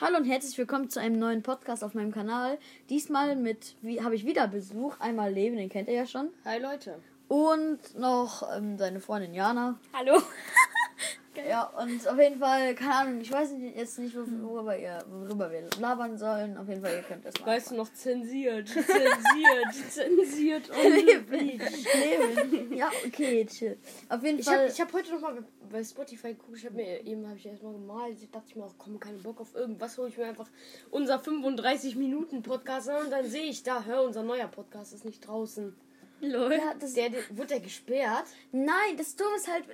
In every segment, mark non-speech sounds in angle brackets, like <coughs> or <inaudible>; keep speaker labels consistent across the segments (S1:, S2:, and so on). S1: Hallo und herzlich willkommen zu einem neuen Podcast auf meinem Kanal. Diesmal mit, wie habe ich wieder Besuch. Einmal Leben, den kennt ihr ja schon.
S2: Hi Leute.
S1: Und noch ähm, seine Freundin Jana.
S3: Hallo.
S1: <laughs> Ja, und auf jeden Fall, keine Ahnung, ich weiß nicht- jetzt nicht, wor- worüber, ihr, worüber wir labern sollen. Auf jeden Fall, ihr könnt das mal.
S2: Weißt du noch, zensiert, <laughs> zensiert, zensiert und
S1: Leben.
S2: Beat.
S1: <laughs> Leben. Ja, okay, chill. Auf jeden
S2: Ich habe
S1: Fall.
S2: ich hab heute nochmal bei Spotify geguckt, ich hab mir eben habe ich erstmal gemalt, ich dachte ich mir auch, komm, keinen Bock auf irgendwas, hole ich mir einfach unser 35 Minuten Podcast an und dann sehe ich da, hör, unser neuer Podcast ist nicht draußen.
S3: Lol.
S1: ja, das,
S2: Der, der wurde der gesperrt?
S1: Nein, das Dumme ist halt,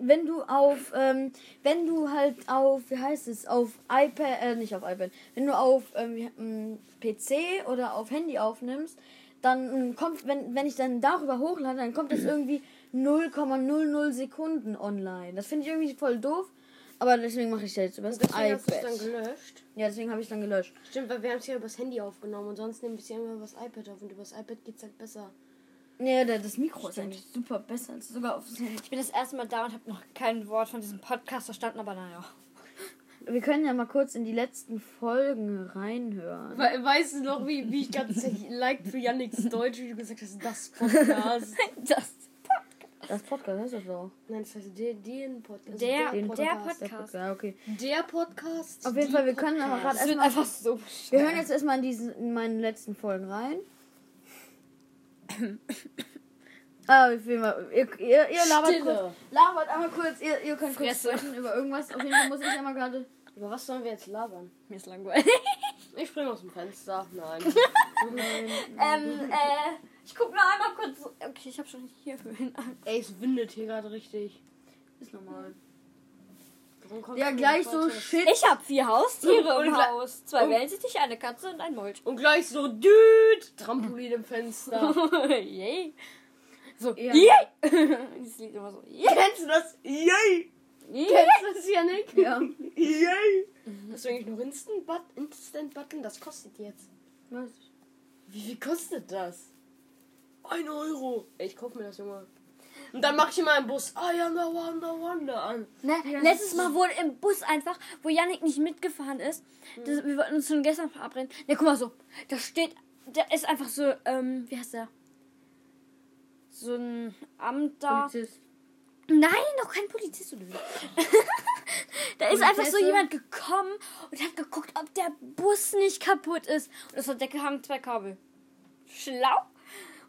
S1: wenn du auf, ähm, wenn du halt auf, wie heißt es, auf iPad, äh, nicht auf iPad, wenn du auf ähm, wie- m, PC oder auf Handy aufnimmst, dann m, kommt, wenn, wenn ich dann darüber hochlade, dann kommt das irgendwie 0,00 Sekunden online. Das finde ich irgendwie voll doof, aber deswegen mache ich das jetzt über das
S2: Und deswegen hast du es dann
S1: iPad.
S2: gelöscht.
S1: Ja, deswegen habe ich dann gelöscht.
S2: Stimmt, weil wir haben es ja übers Handy aufgenommen und sonst nehmen wir es ja immer übers iPad auf und übers iPad geht's halt besser.
S1: Ja, der- das Mikro ist eigentlich super besser als sogar auf das Handy.
S3: Ich bin das erste Mal da und habe noch kein Wort von diesem Podcast verstanden, aber naja.
S1: Wir können ja mal kurz in die letzten Folgen reinhören.
S2: We weißt du noch, wie, wie ich ganz <laughs> like für Yannicks Deutsch, wie du gesagt hast, das Podcast.
S3: Das,
S1: Das Podcast heißt das doch.
S2: Nein, das heißt der, den Podcast.
S3: Der-
S2: den
S3: der
S2: Podcast.
S1: Der Podcast, ja, okay.
S2: Der Podcast.
S1: Auf jeden
S2: die
S1: Fall, wir können aber
S2: Podcast.
S1: gerade
S3: wird
S1: erstmal.
S3: einfach so
S1: Wir hören jetzt erstmal in, diesen, in meinen letzten Folgen
S3: <coughs>
S1: rein. Ah, auf jeden Fall. Ihr, ihr, ihr labert
S2: Stille.
S1: kurz. Labert einmal kurz. Ihr, ihr könnt kurz
S3: Fresse.
S1: sprechen über irgendwas. Auf jeden Fall muss ich einmal gerade.
S2: Über was sollen wir jetzt labern?
S3: Oh, Mir ist langweilig. <laughs>
S2: Ich springe aus dem Fenster. <laughs> Nein.
S3: ähm, äh, ich guck nur einmal kurz. Okay, ich habe schon hier Höhen.
S2: Ey, es windet hier gerade richtig.
S1: Ist normal.
S2: Warum kommt
S1: Ja,
S2: das
S1: gleich
S2: nicht
S1: so
S2: weiter?
S1: shit.
S3: Ich habe vier Haustiere
S2: Und
S3: im
S2: gla-
S3: Haus. Zwei
S2: und-
S3: Wellensittiche, eine Katze und
S2: <laughs>
S3: ein Molch.
S2: Und gleich so düd. Trampolin im <laughs> Fenster.
S3: Yay. So,
S1: Ja.
S3: yay. <laughs> Dieses Lied immer so, yay.
S2: Kennst du das? Yay!
S3: yay.
S2: Kennst du das, Yannick?
S1: Ja.
S2: Yay! Hast du eigentlich noch Instant, But Instant Button? Das kostet jetzt.
S1: Was?
S2: Wie viel kostet das? Ein Euro. Ey, ich kauf mir das, Junge. Und dann mach ich immer im Bus I am the Wonder Wonder an.
S3: Ne? Letztes Mal wurde im Bus einfach, wo Yannick nicht mitgefahren ist,
S2: Hm.
S3: das, wir wollten uns schon gestern verabreden. Ne, guck mal so, da steht, da ist einfach so, ähm, wie heißt der? So ein Amt da.
S1: Polizist.
S3: Nein, doch kein Polizist. Oder wie? <laughs> da ist einfach so
S1: Polizistin?
S3: jemand gekommen und hat geguckt, ob der Bus nicht kaputt ist. Und aus der Decke haben zwei Kabel. Schlau.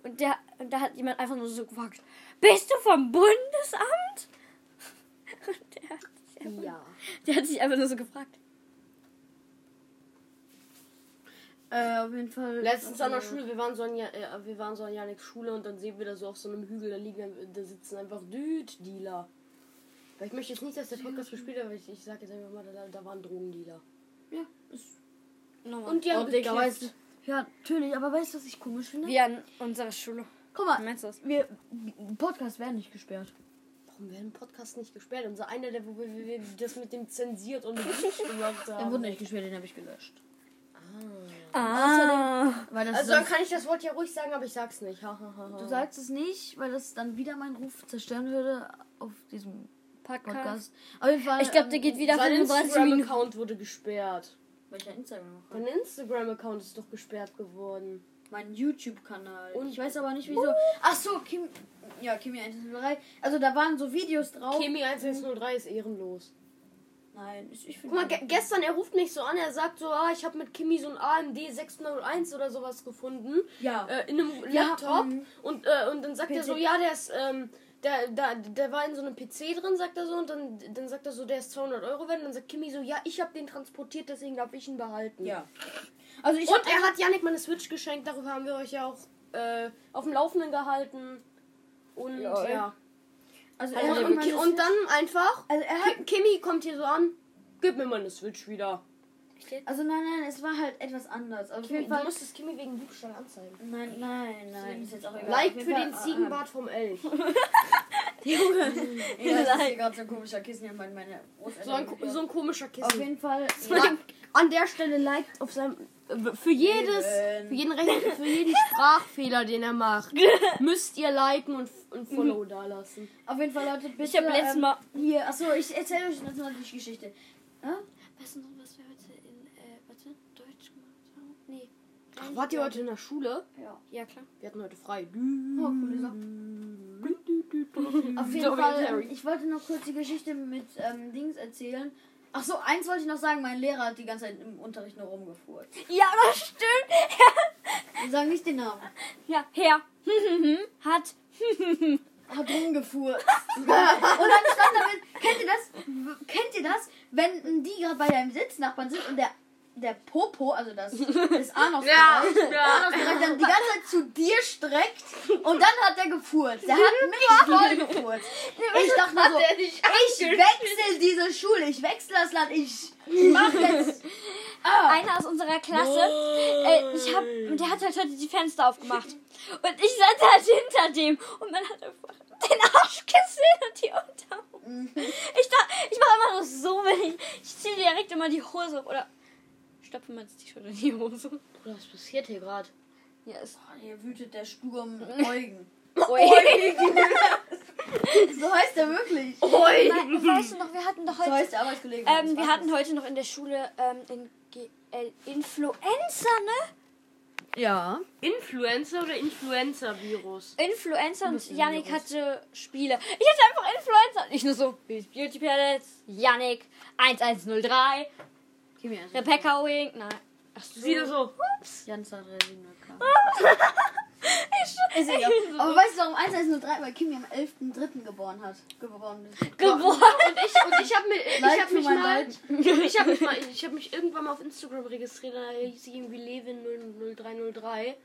S3: Und, der, und da hat jemand einfach nur so gefragt, bist du vom Bundesamt? <laughs> Und der hat sich einfach,
S2: Ja.
S3: der hat sich einfach nur so gefragt.
S1: Äh, auf jeden Fall.
S2: Letztens
S1: Äh.
S2: an der Schule, wir waren so an, ja äh, wir waren so an Janiks Schule und dann sehen wir da so auf so einem Hügel, da liegen, da sitzen einfach Dude-Dealer. Weil ich möchte jetzt nicht, dass der Podcast gespielt wird, aber ich, ich sag jetzt einfach mal, da, da waren Drogendealer.
S1: Ja.
S3: Nochmal.
S2: Und die haben
S1: Oh, Digga,
S2: gekifft.
S1: weißt du. Ja, natürlich. Aber weißt du, was ich komisch finde?
S3: Wir an unserer Schule.
S1: Guck mal.
S3: Meinst du das?
S1: Wir, Podcasts werden nicht gesperrt.
S2: Warum werden Podcasts nicht gesperrt? Unser einer, der wo wir, wir, wir das mit dem zensiert und nicht gemacht
S1: Der wurde
S2: haben.
S1: nicht gesperrt, den habe ich gelöscht.
S3: Ah.
S1: Weil das
S2: Also
S1: sonst-
S2: dann kann ich das Wort ja ruhig sagen, aber ich sag's nicht. Ha, ha, ha, ha.
S1: Du sagst es nicht, weil das dann wieder meinen Ruf zerstören würde auf diesem Podcast. Auf jeden Fall. ähm,
S3: Ich glaube, der geht wieder
S2: Sein
S3: 35 Minuten.
S2: Instagram-Account wurde gesperrt.
S1: Welcher Instagram noch?
S2: Dein Instagram-Account ist doch gesperrt geworden.
S1: Mein YouTube-Kanal.
S2: Und-
S1: ich weiß aber nicht wieso. Ach so, Kim. Ja, Kimi 103. Also da waren so Videos drauf.
S2: Chemie 1603 ist ehrenlos.
S1: Nein, ich, ich
S2: Guck mal,
S1: finde.
S2: ge gestern, er ruft mich so an, er sagt so, ah, ich habe mit Kimi so ein AMD 601 oder sowas gefunden.
S1: Ja.
S2: Äh, in einem
S1: Ja,
S2: Laptop.
S1: mhm.
S2: und, äh, und dann sagt er
S1: PC.
S2: so, ja, der ist, ähm, der, der, der war in so einem PC drin, sagt er so. Und dann, dann sagt er so, der ist 200 Euro wert. Und dann sagt Kimi so, ja, ich habe den transportiert, deswegen darf ich ihn behalten.
S1: Ja. Also ich
S2: Und er hat Yannick meine Switch geschenkt, darüber haben wir euch ja auch äh, auf dem Laufenden gehalten. Und ja.
S3: Ja.
S1: also
S2: Und,
S1: hat
S2: und,
S1: meine-
S2: und dann einfach,
S1: also er hat
S2: Ki- Kimi kommt hier so an, gib mir meine Switch wieder.
S1: also nein, nein, es war halt etwas anders. Auf jeden
S2: Du
S1: Fall.
S2: musst es Kimi wegen Diebstahl anzeigen.
S1: Nein, nein, nein, ist jetzt auch egal.
S2: Like
S1: Auf jeden
S2: für
S1: Fall,
S2: den
S1: ah, ah.
S2: Ziegenbart vom Elch.
S1: <laughs> Ja, das ist hier gerade so ein komischer Kissen hier meine, meine
S2: <laughs> So ein, ko- so ein komischer
S1: Auf
S2: Kissen.
S1: jeden Fall.
S2: <laughs> Like, an der Stelle liked auf seinem. äh, Für jedes, für jeden, Rech- für <laughs> jeden Sprachfehler, den er <laughs> macht, müsst ihr liken und, und Follow dalassen.
S1: Auf jeden Fall, Leute, bitte.
S3: Ich habe letztes
S1: ähm,
S3: Mal
S1: Hier, achso, ich erzähle euch jetzt noch die Geschichte.
S3: Weißt du noch, was wir heute in äh,
S2: Ach, wart ihr heute in der Schule?
S3: Ja. Ja, klar.
S2: Wir hatten heute frei.
S1: Oh, coole Sache. Auf jeden
S2: Sorry,
S1: Fall,
S2: Harry.
S1: ähm, ich wollte noch kurz die Geschichte mit ähm, Dings erzählen. Ach so, eins wollte ich noch sagen. Mein Lehrer hat die ganze Zeit im Unterricht nur rumgefuhrt.
S3: Ja, das stimmt.
S1: Wir sagen nicht den Namen.
S3: Ja, Herr <laughs> hat
S1: Hat rumgefuhrt. <laughs> Und dann stand da, wenn- kennt ihr das? Kennt ihr das? Wenn ähm, die gerade bei deinem Sitznachbarn sind und der, der Popo, also das, das Arnos,
S2: ja. <laughs>
S1: dann die ganze Zeit zu dir streckt und dann hat er gefurzt. Der hat mich voll gefurzt. Ich dachte nur so,
S3: nicht
S1: ich wechsle diese Schule, ich wechsle das Land, ich mach jetzt. Ah.
S3: einer aus unserer Klasse. Äh, ich hab, der hat halt heute die Fenster <laughs> aufgemacht. Und ich saß halt hinter dem. Und man hat einfach den Arsch gesehen und die Unterhose. Ich, da, ich mache immer noch so, wenn ich. Ich ziehe direkt immer die Hose oder. Stopfe mal das T-Shirt in die Hose.
S2: Was passiert hier gerade?
S3: Ja, ist.
S1: Hier wütet der Sturm Eugen.
S3: <laughs> Ui.
S1: So heißt er wirklich.
S3: Nein, weißt du noch, wir hatten doch
S1: So
S3: heute.
S1: heißt der Arbeitskollege.
S3: Ähm, wir hatten heute noch in der Schule ähm, in äh, GL Influenza, ne?
S1: Ja.
S2: Influencer oder Influencer-Virus?
S3: Influenza und
S1: Bisschen
S3: Yannick
S1: Virus.
S3: hatte Spiele. Ich hatte einfach Influenza. Ich nur so, wie ist Beauty Palace, Yannick, 1103,
S1: Gib mir eins.
S3: Rebecca Wing, nein. Ach so.
S2: Wieder so.
S1: Jans hat Resin
S3: Ist
S1: Ja. Aber weißt du, warum 1103? Weil Kimi am 11.3. geboren hat. Geboren ist.
S3: geworden.
S2: Und ich, und ich habe mir, ich
S1: Leid
S2: hab
S1: für
S2: mich
S1: mein
S2: mal,
S1: Leid.
S2: ich habe mich mal, ich habe mich irgendwann mal auf Instagram registriert, da hieß ich irgendwie Levin 00303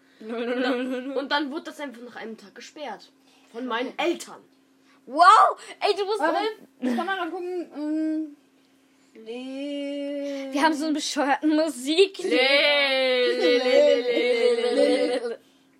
S2: und dann wurde das einfach nach einem Tag gesperrt von meinen Eltern.
S3: Wow, ey, du musst
S1: Aber
S3: drin.
S1: dann kann man mal gucken. Ähm, Le
S3: Wir haben so einen bescheuerten Musik.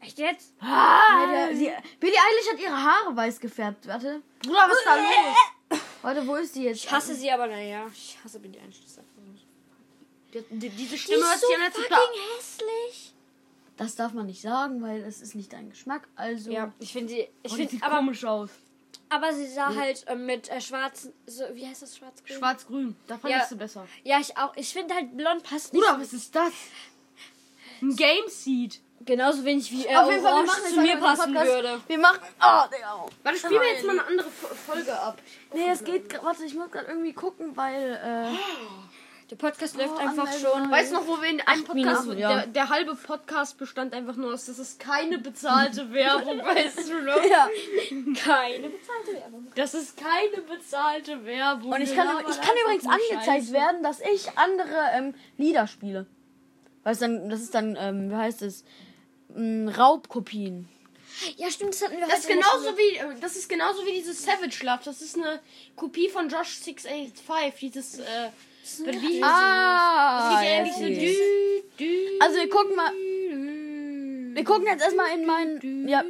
S3: Echt jetzt?
S1: Nee, der, sie, Billie Eilish hat ihre Haare weiß gefärbt. Warte.
S2: Bruder, was ist
S3: Äh.
S2: da los?
S1: Warte, wo ist die jetzt?
S3: Ich hasse sie aber, naja. Ich hasse bin die Einschlüsse.
S2: Die, die, diese
S3: Die
S2: Stimme
S3: ist
S2: hat
S3: so
S2: sich an als ob da.
S3: fucking hässlich.
S1: Das darf man nicht sagen, weil es ist nicht dein Geschmack. Also.
S3: Ja, ich finde sie. Ich
S2: Oh, die
S3: finde,
S2: sieht
S3: aber,
S2: komisch aus.
S3: aber sie sah halt äh, mit äh, schwarzen. So, wie heißt das schwarz?
S2: Schwarz-grün. Da fand
S3: Ja.
S2: ich sie besser.
S3: Ja, ich auch. Ich finde halt blond passt nicht.
S2: Bruder, was ist das? Ein Game Seed.
S3: Genauso wenig wie äh, orange zu mir passen würde.
S1: Wir machen. Oh, Digga.
S2: Warte, spielen wir jetzt mal eine andere Fo- Folge ab.
S1: Nee, es geht gerade. Warte, ich muss gerade irgendwie gucken, weil. äh,
S3: Der Podcast läuft
S1: Oh,
S3: einfach
S1: Anmeldung.
S3: schon.
S2: Weißt du noch, wo wir in einem Podcast.
S1: Minuten, ja.
S2: der, der halbe Podcast bestand einfach nur aus, das ist
S1: <laughs>
S2: keine bezahlte Werbung, weißt du noch?
S1: Äh, ja.
S3: Keine bezahlte Werbung.
S2: Das ist keine bezahlte Werbung.
S1: Und ich
S2: Wir
S1: kann,
S2: labern
S1: ich kann
S2: einfach
S1: übrigens
S2: nur
S1: angezeigt
S2: Scheiße.
S1: werden, dass ich andere ähm, Lieder spiele. Weißt du, dann- das ist dann, ähm, wie heißt es? Ähm, Raubkopien.
S3: Ja, stimmt, das hatten wir
S2: Das ist
S3: heute in der Schule.
S2: genauso wie äh, das ist genauso wie dieses Savage Love. Das ist eine Kopie von Josh 685. Dieses äh, wenn wie
S1: Ah!
S2: das geht ja irgendwie so dü, dü,
S1: Also wir gucken mal.
S2: dü.
S1: Wir gucken jetzt erstmal in meinen. Ja.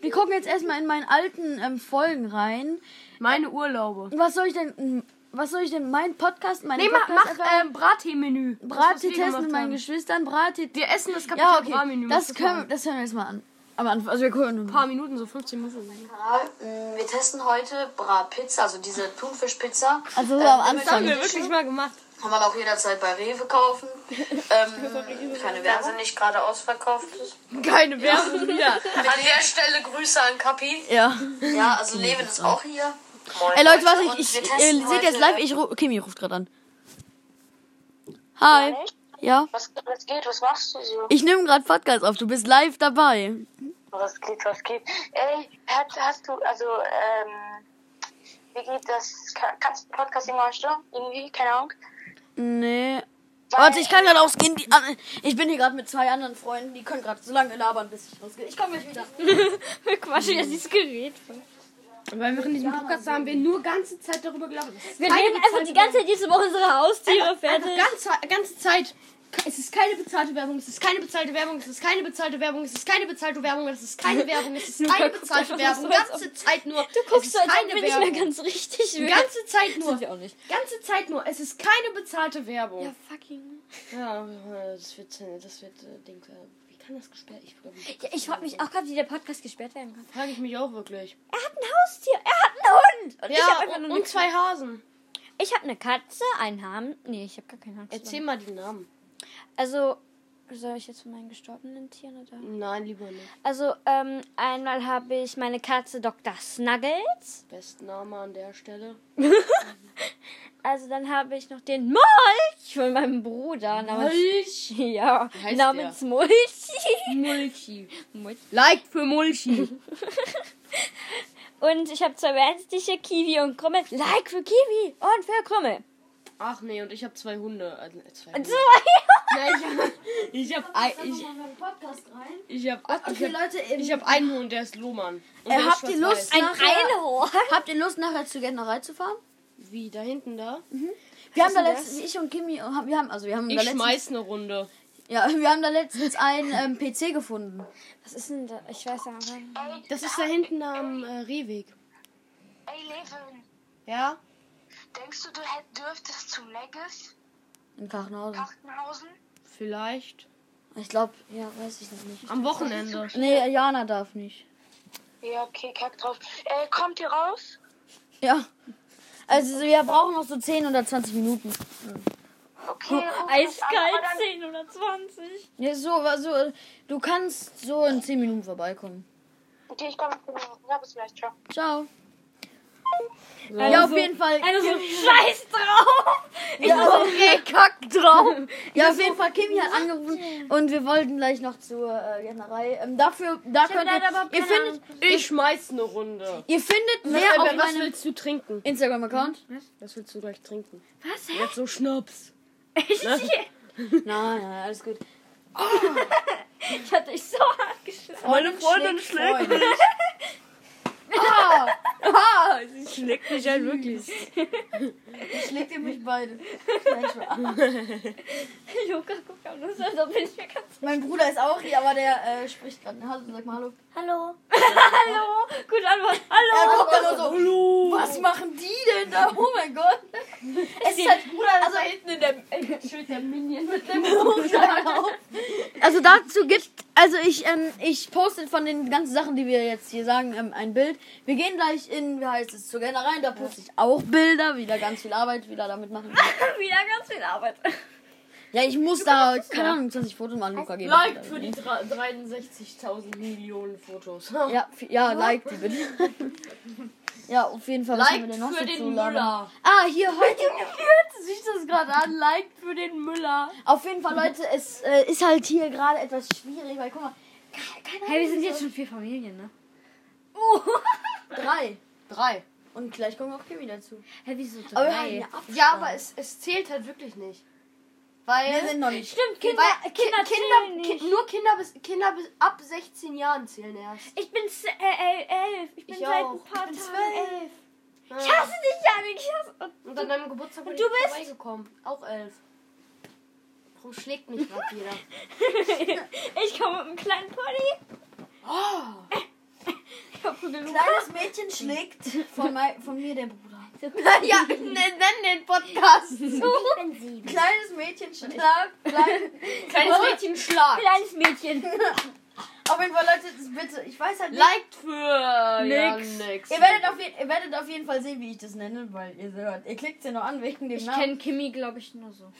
S1: Wir gucken jetzt erstmal in meinen alten ähm, Folgen rein.
S2: meine Urlaube.
S1: Was soll ich denn. m, Was soll ich denn? Mein Podcast, mein
S2: Nee, mach,
S1: Podcast.
S2: mach ähm, Brattee-Menü. Das, was wir
S1: Brattee-Test mit
S2: gemacht
S1: meinen
S2: haben.
S1: Geschwistern. Brattee.
S2: Wir essen das
S1: Ja,
S2: Kapital
S1: okay.
S2: menü
S1: Das, können, wir- das hören wir jetzt mal an. Am Anfang. Also wir gucken.
S2: ein paar Minuten, so 15 Minuten.
S4: mm, Wir testen heute Bra Pizza, also diese Thunfischpizza.
S1: Also so am
S2: Äh,
S4: damit
S1: Anfang.
S4: wir
S2: wirklich mal gemacht.
S4: Kann man auch jederzeit bei Rewe <laughs> kaufen. Ähm, keine Werbung, nicht gerade ausverkauft ist.
S2: Keine Werbung wieder.
S4: An der Stelle Grüße an Kapi.
S1: Ja.
S4: Ja, also Levin ist auch hier. Moin,
S1: Ey Leute, was
S4: Und
S1: ich,
S4: wir
S1: ich
S4: testen
S1: ihr seht jetzt
S4: heute-
S1: live, ich ru Kimi ruft gerade an. Hi. Ja.
S5: Was, was geht? Was machst du so?
S1: Ich nehme gerade Podcast auf, du bist live dabei.
S5: Was geht? Was geht? Ey, hast, hast du, also, ähm, wie geht das? Ka- Kannst du den Podcast immer hören? Irgendwie? Keine Ahnung.
S1: Nee. Warte, ich kann gerade ausgehen. Die, an- ich bin hier gerade mit zwei anderen Freunden, die können gerade so lange labern, bis ich rausgehe. Ich komme gleich wieder.
S3: <laughs> Wir quatschen jetzt dieses Gerät.
S2: Weil wir in diesem Podcast haben wir nur ganze Zeit darüber gelabert. Das ist
S3: Wir
S2: keine
S3: reden einfach
S2: bezahlte Also
S3: Also die ganze Zeit jetzt über unsere Haustiere fertig.
S2: Ganze, ganze Zeit. Es ist keine bezahlte Werbung, es ist keine bezahlte Werbung, es ist keine bezahlte Werbung, es ist keine bezahlte Werbung, es ist keine Werbung, es ist
S3: Luca
S2: keine
S3: guckt
S2: bezahlte
S3: einfach so,
S2: Werbung.
S3: als
S2: Ganze Zeit nur.
S3: Du guckst
S2: es
S3: so,
S2: ist
S3: als ob
S2: keine
S3: wir nicht mehr
S2: Werbung.
S3: ganz richtig
S2: Die
S3: wären.
S2: ganze Zeit nur.
S3: Sind wir auch nicht.
S2: Ganze Zeit nur. Es ist keine bezahlte Werbung.
S3: Ja, fucking.
S2: Ja, das wird, äh, das wird, äh, Ding, äh, wie kann das gesperrt? Ich glaube,
S3: Ja, ich frage mich auch gerade, wie der Podcast gesperrt werden kann.
S2: frage ich mich auch wirklich.
S3: Er hat ein Haustier, er hat einen Hund. Und ich habe
S2: Ja,
S3: einfach
S2: und,
S3: nur
S2: und
S3: eine
S2: zwei Hasen.
S3: Ich habe eine Katze, einen Hahn. Nee, ich habe gar keinen Hahn.
S2: Erzähl mal die Namen.
S3: Also, soll ich jetzt von meinen gestorbenen Tieren oder?
S2: Nein, lieber nicht.
S3: Also, ähm, einmal habe ich meine Katze Dr. Snuggles.
S2: Besten Name an der Stelle.
S3: Also, dann habe ich noch den Mulch von meinem Bruder. Namens,
S2: Mulch.
S3: <laughs> ja,
S2: heißt
S3: namens Mulch. <laughs>
S2: Mulchi.
S3: Mulch.
S2: Like für Mulchi.
S3: Und ich habe zwei Wernstiche, Kiwi und Krummel. Like für Kiwi und für Krummel.
S2: <laughs> Ach nee, und ich habe zwei Hunde. Also, äh, zwei
S3: Und
S2: <laughs> Hunde.
S3: so,
S2: Nein, ich habe ich hab, ein- ich,
S1: Podcast rein.
S2: ich hab, ich
S1: Okay,
S2: hab,
S1: Leute,
S2: ich hab einen Hund, der ist Lohmann. Und
S1: Äh,
S2: der ist
S1: habt ihr
S2: schwarz-weiß.
S1: Lust?
S3: ein
S1: Nachher-
S3: Einhorn.
S1: habt ihr Lust, nachher zur Gärtnerei zu fahren?
S2: Wie, da hinten da?
S1: Wir haben da letztens, ich und Kimi, haben- wir haben, also wir haben
S2: Ich
S1: da letztens,
S2: schmeiß eine Runde.
S1: ja, <laughs> wir haben da letztens einen ähm, PC gefunden.
S3: Was ist denn da? Ich weiß ja nicht.
S2: Das ist da hinten am äh, Rehweg.
S5: Ey, Levin,
S2: Ja?
S5: denkst du, du hätt- dürftest zu Legges,
S1: In Kachenhausen.
S5: Achtenhausen?
S2: Vielleicht.
S1: Ich glaube, ja, weiß ich noch nicht.
S2: Am Wochenende.
S1: Nee, äh- Jana darf nicht.
S5: Ja, okay, kack drauf. Äh, kommt ihr raus?
S1: Ja. Also wir brauchen noch so 10 oder 20 Minuten. <laughs>
S5: Okay, ruf mich an, aber
S3: Eiskalt
S5: dann-
S3: 10 oder 20.
S1: Ja, so, also, du kannst so in 10 Minuten vorbeikommen.
S5: Okay, ich komme. Ja, bis gleich, ciao.
S1: Ciao.
S3: Also-
S1: ja, auf jeden Fall.
S3: Also so scheiß drauf. Ich
S1: Ja,
S3: muss
S1: Kack drauf. Ja, auf jeden Fall, Kimi hat angerufen und wir wollten gleich noch zur äh, Gärtnerei. Ähm, dafür, da könnt
S3: leider
S1: ihr,
S3: überhaupt
S1: ihr
S3: keine
S1: findet,
S2: Ich schmeiß eine Runde.
S1: ihr findet
S2: Wer
S1: mehr auf
S2: was
S1: meinem
S2: willst du trinken?
S1: Instagram-Account.
S2: Was willst du gleich trinken? Was? Jetzt so Schnaps. <laughs>
S1: Nein, nein, alles gut.
S3: Ich hatte dich so hart geschlagen.
S2: Meine Freundin schlägt, mich.
S1: Ah, ah,
S2: Sie schlägt mich halt wirklich.
S1: schlägt ihr mich beide.
S3: Luca, guck mal, das ist, bin ich mir ganz.
S1: Mein Bruder ist auch hier, aber der äh, spricht gerade. Hallo, sag mal hallo.
S3: Hallo. Hallo. Gut Antwort.
S1: Er
S3: Hallo.
S1: guckt dann so,
S2: Hallo.
S1: was machen die denn da? Oh mein Gott. Es ist halt Bruder, also hinten in der Also dazu gibt, also ich, ähm, ich poste von den ganzen Sachen, die wir jetzt hier sagen, ähm, ein Bild. Wir gehen gleich in, wie heißt es, zur General, da poste ich auch Bilder, wieder ganz viel Arbeit, wieder damit machen.
S3: Wieder ganz viel Arbeit.
S1: Ja, ich muss da, keine Ahnung, 20 Fotos mal an Luca geben.
S2: Like für die drei- 63.000 Millionen Fotos.
S1: Ja, f- ja, like die bitte. <laughs> ja, auf jeden Fall. was haben wir
S2: Like
S1: denn noch
S2: für
S1: so zu
S2: den
S1: labern?
S2: Müller.
S1: Ah, hier heute.
S2: Hört sich das gerade an? Like für den Müller.
S1: Auf jeden Fall, Leute, es äh, ist halt hier gerade etwas schwierig, weil guck mal,
S3: Hey, wir sind jetzt schon vier Familien, ne?
S1: drei.
S2: Drei.
S1: Und gleich kommt auch Kimi dazu.
S3: Hey, wieso drei?
S1: Aber wir haben ja Abstand.
S2: Ja, aber es, es zählt halt wirklich nicht.
S1: wir
S2: Weil,
S1: sind noch nicht.
S3: Stimmt, Kinder,
S2: weil Ki-
S3: Kinder, zählen
S2: Ki-
S3: nicht.
S2: nur Kinder bis Kinder bis ab 16 Jahren zählen erst.
S3: ich bin z- äh, äh, elf. Ich bin
S2: Ich
S3: seit
S2: auch.
S3: ein paar
S2: Ich bin
S3: Tagen
S2: zwölf.
S3: elf. Ich hasse dich, Janik. Ich hasse. Und
S2: Und an deinem Geburtstag bin
S3: Und du
S2: ich
S3: bist-
S2: vorbeigekommen. Auch elf. Warum schlägt mich gerade jeder?
S3: ich komme mit einem kleinen Pony.
S2: Oh,
S3: Ich verprügel Luca.
S1: Kleines Mädchen schlägt von, mei- von mir der Bruder.
S3: <laughs>
S2: ja, nenn den Podcast.
S1: Kleines Mädchen schlägt. Klein,
S2: Kleines Mädchen schlag.
S3: Kleines Mädchen.
S1: auf jeden Fall, Leute, das bitte. Ich weiß halt nicht.
S2: Liked für
S1: Nix.
S2: Ja, nix.
S1: Ihr werdet, auf jeden, ihr werdet auf jeden Fall sehen, wie ich das nenne, weil ihr hört. Ihr klickt sie noch an wegen dem
S3: Ich
S1: Namen.
S3: kenne Kimi, glaube ich, nur so.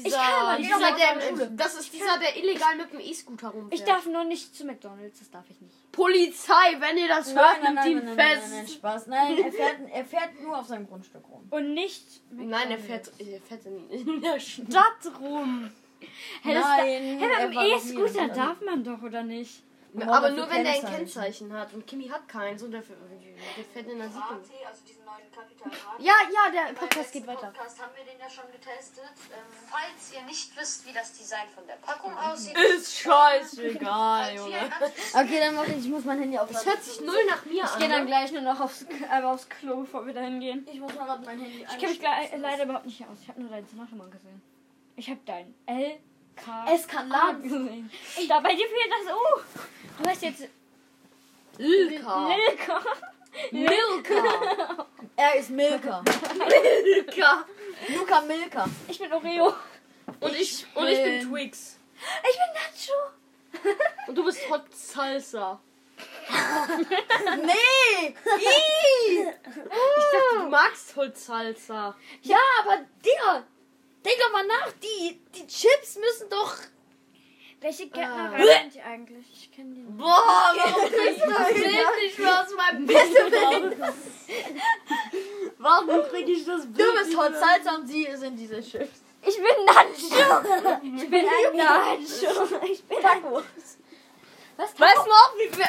S2: dieser,
S3: kann aber nicht
S2: dieser,
S1: auf der
S2: der,
S1: Schule.
S2: das ist dieser, der illegal mit dem E-Scooter rumfährt.
S3: Ich darf nur nicht zu McDonalds, das darf ich nicht.
S2: Polizei, wenn ihr das
S1: nein,
S2: hört, nimmt
S1: nein,
S2: ihn
S1: nein, nein, nein,
S2: fest.
S1: nein, nein, Spaß. Nein, er fährt, er fährt nur auf seinem Grundstück
S3: <laughs>
S1: rum.
S3: Und nicht.
S2: Nein, er fährt, er fährt in, in der Stadt rum.
S3: Hey, das da-
S1: Nein,
S3: hey, eh
S1: er
S3: beim
S1: war noch nie
S3: E-Scooter
S1: in Deutschland.
S3: darf man doch, oder nicht?
S1: Boah,
S2: Aber
S1: dafür
S2: nur wenn der ein
S1: Kennzeichen.
S2: Kennzeichen hat. Und Kimi hat keins und der, fährt- der fährt in der Siedlung.
S4: also diesen neuen Kapital A.
S2: Ja, ja, der
S4: Beim
S2: Podcast
S4: letzten
S2: geht weiter.
S4: Podcast haben wir den ja schon getestet. Ähm, falls ihr nicht wisst, wie das Design von der Packung <laughs> aussieht,
S2: Ist scheißegal,
S4: falls ihr
S2: Junge.
S4: ganz
S1: Okay, dann mach ich, ich muss mein Handy aufladen.
S2: Das hört sich null nach mir
S3: Ich
S2: an.
S3: gehe dann
S2: ne?
S3: gleich nur noch aufs, einmal aufs Klo, bevor wir dahin gehen.
S1: Ich muss mal grad mein Handy
S3: Ich kenne mich gleich, leider überhaupt nicht aus. Ich habe nur dein Zimmer schon mal gesehen. Ich hab dein L. K.
S1: Eskalat.
S3: gesehen. Da bei dir fehlt das O. Du hast jetzt
S1: Lilka.
S3: Lilka.
S1: Milka. Er ist
S2: <laughs>
S1: Milka. Milka. Luca Milka.
S3: <laughs> Ich bin Oreo.
S2: Und ich, und ich bin
S1: bin-
S2: Twix.
S3: Ich bin Nacho.
S2: Und du bist Hot Salsa.
S1: Nee! Ih!
S2: Ich dachte, du magst Hot Salsa.
S1: ja, aber Digga, denk doch mal nach. Die, die Chips müssen doch.
S3: Welche Gärtnerei
S1: Ah.
S3: sind die eigentlich? Ich kenne die nicht.
S2: Boah, warum kriegst du das
S1: Bild
S2: nicht mehr aus <laughs> meinem Bild raus? Warum krieg ich das Bild
S1: Du bist Hot Salsa und sie sind diese Chips.
S3: Ich bin Nacho. Ich bin ein Nacho. Ich bin Taco. Was?
S2: Weißt du noch, wie,
S1: Sorry,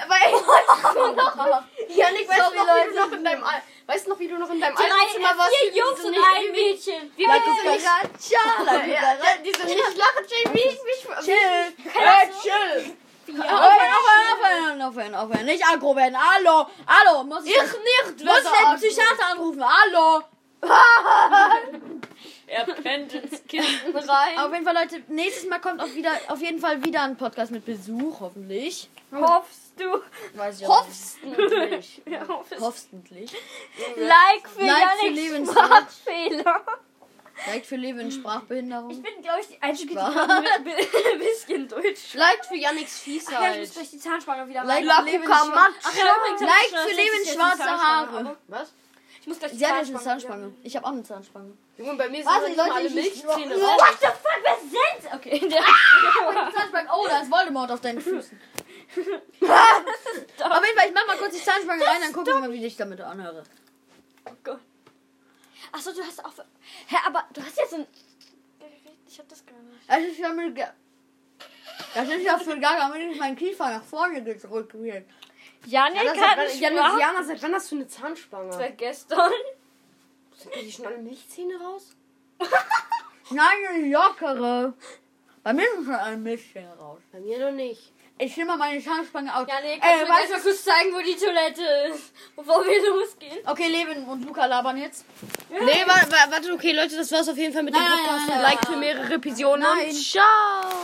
S2: Janik, weißt, du noch, wie du
S1: Leute.
S2: noch in deinem, Al- weißt du noch, wie du noch in deinem
S3: Drei,
S2: alten Zimmer warst?
S3: vier Jungs
S2: Diese
S3: und
S2: nicht-
S3: ein Mädchen. Wir
S1: La
S3: waren
S1: Cucaracha, la
S2: Ja,
S1: Cucaracha.
S2: ja, diese nicht lachen, Jamie, wie ich mich...
S1: Chill.
S2: Hey, chill!
S1: Aufhören, aufhören, aufhören, aufhören, aufhören. Nicht aggro werden. Hallo, hallo. Muss ich,
S2: Ich nicht!
S1: muss ich den
S2: Wetterarzt.
S1: Psychiater anrufen?
S2: <laughs>
S1: Hallo.
S2: Er pennt ins
S1: <laughs>
S2: Kissen rein.
S1: Auf jeden Fall, Leute, nächstes Mal kommt auch wieder, auf jeden Fall wieder ein Podcast mit Besuch, hoffentlich.
S3: Hoffst du?
S1: Weiß ich Hoff
S2: Hoffst du nicht?
S3: Ja, hoffst du.
S1: hoffentlich.
S3: Like für
S1: Like für
S3: Janik's
S1: Lebensmittel.
S3: Sprachfehler.
S1: Like für Leben in
S3: Ich
S1: Sprachbehinderung.
S3: bin, glaube ich, die Einzige, die
S1: Spaß.
S3: gerade mit- mit- ein <laughs> bisschen Deutsch
S2: Vielleicht für Yannicks
S3: Ach ja, ich muss
S2: Fiesheit.
S3: gleich die Zahnspange wieder
S1: Like
S3: rein.
S2: La
S1: für Leben in
S2: Cucaracha.
S1: Schwa-
S3: Ach ja, übrigens hab ich
S1: Like
S3: schon
S1: für
S3: als
S1: Leben
S3: letztes
S1: schwarze
S3: jetzt eine Zahnspange,
S1: Haare.
S3: aber
S2: Was?
S3: Ich muss gleich die
S1: Sie hat jetzt eine
S3: wieder-
S1: Zahnspange. Ich habe auch eine Zahnspange.
S2: Junge, bei mir sind
S1: Warte,
S2: noch nicht mal
S1: Leute,
S2: alle
S1: ich- ich-
S2: Milchzähne raus.
S3: What the fuck, wer sind? Okay, der
S1: Zahnspange. Oh, da ist Voldemort auf deinen
S3: <laughs>
S1: Füßen. <laughs> auf jeden Fall, ich mach mal kurz die Zahnspange rein, dann gucken wir mal, wie ich damit anhöre.
S3: Achso, du hast auch. Hä, aber du hast jetzt ein. Ich hab das gar nicht.
S1: Das ist ja mit. Ge- Das ist ja für Gaga, wenn ich meinen Kiefer nach vorne gedrückt wird.
S3: Janik
S2: Jana, seit
S3: hat
S2: wann-
S3: einen
S2: Jana,
S3: Schwarz-
S2: Jana, seit wann hast du eine Zahnspange?
S3: seit gestern.
S2: Sind die schon alle Milchzähne raus?
S1: Nein, eine lockere. Bei mir ist schon ein Mädchen raus.
S2: Bei mir noch nicht.
S1: Ich nehme mal meine Zahnspange aus. Äh,
S3: Janik, kannst
S1: Ey,
S3: du mir
S1: weißt
S3: erstmal Äh, kurz zeigen, wo die Toilette ist? <laughs> Bevor wir losgehen.
S1: du, okay, Levin und Luca labern jetzt.
S2: Nee, warte, warte, okay, Leute, das war's auf jeden Fall mit
S1: Nein, nein, nein,
S2: Like für mehrere Episoden.
S1: Nein.
S2: Und ciao!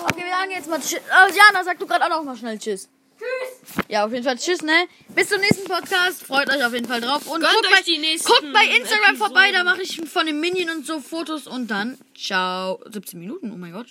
S1: Okay, wir sagen jetzt mal Tschüss. Oh, Jana, sag du gerade auch noch mal schnell Tschüss. Tschüss. Ja, auf jeden Fall Tschüss, ne? Bis zum nächsten Podcast. Freut euch auf jeden Fall drauf. Und guckt bei,
S2: die nächsten
S1: guckt bei Instagram
S2: Episoden.
S1: vorbei, da mache ich von den Minion und so Fotos. Und dann, ciao. 17 Minuten, oh mein Gott.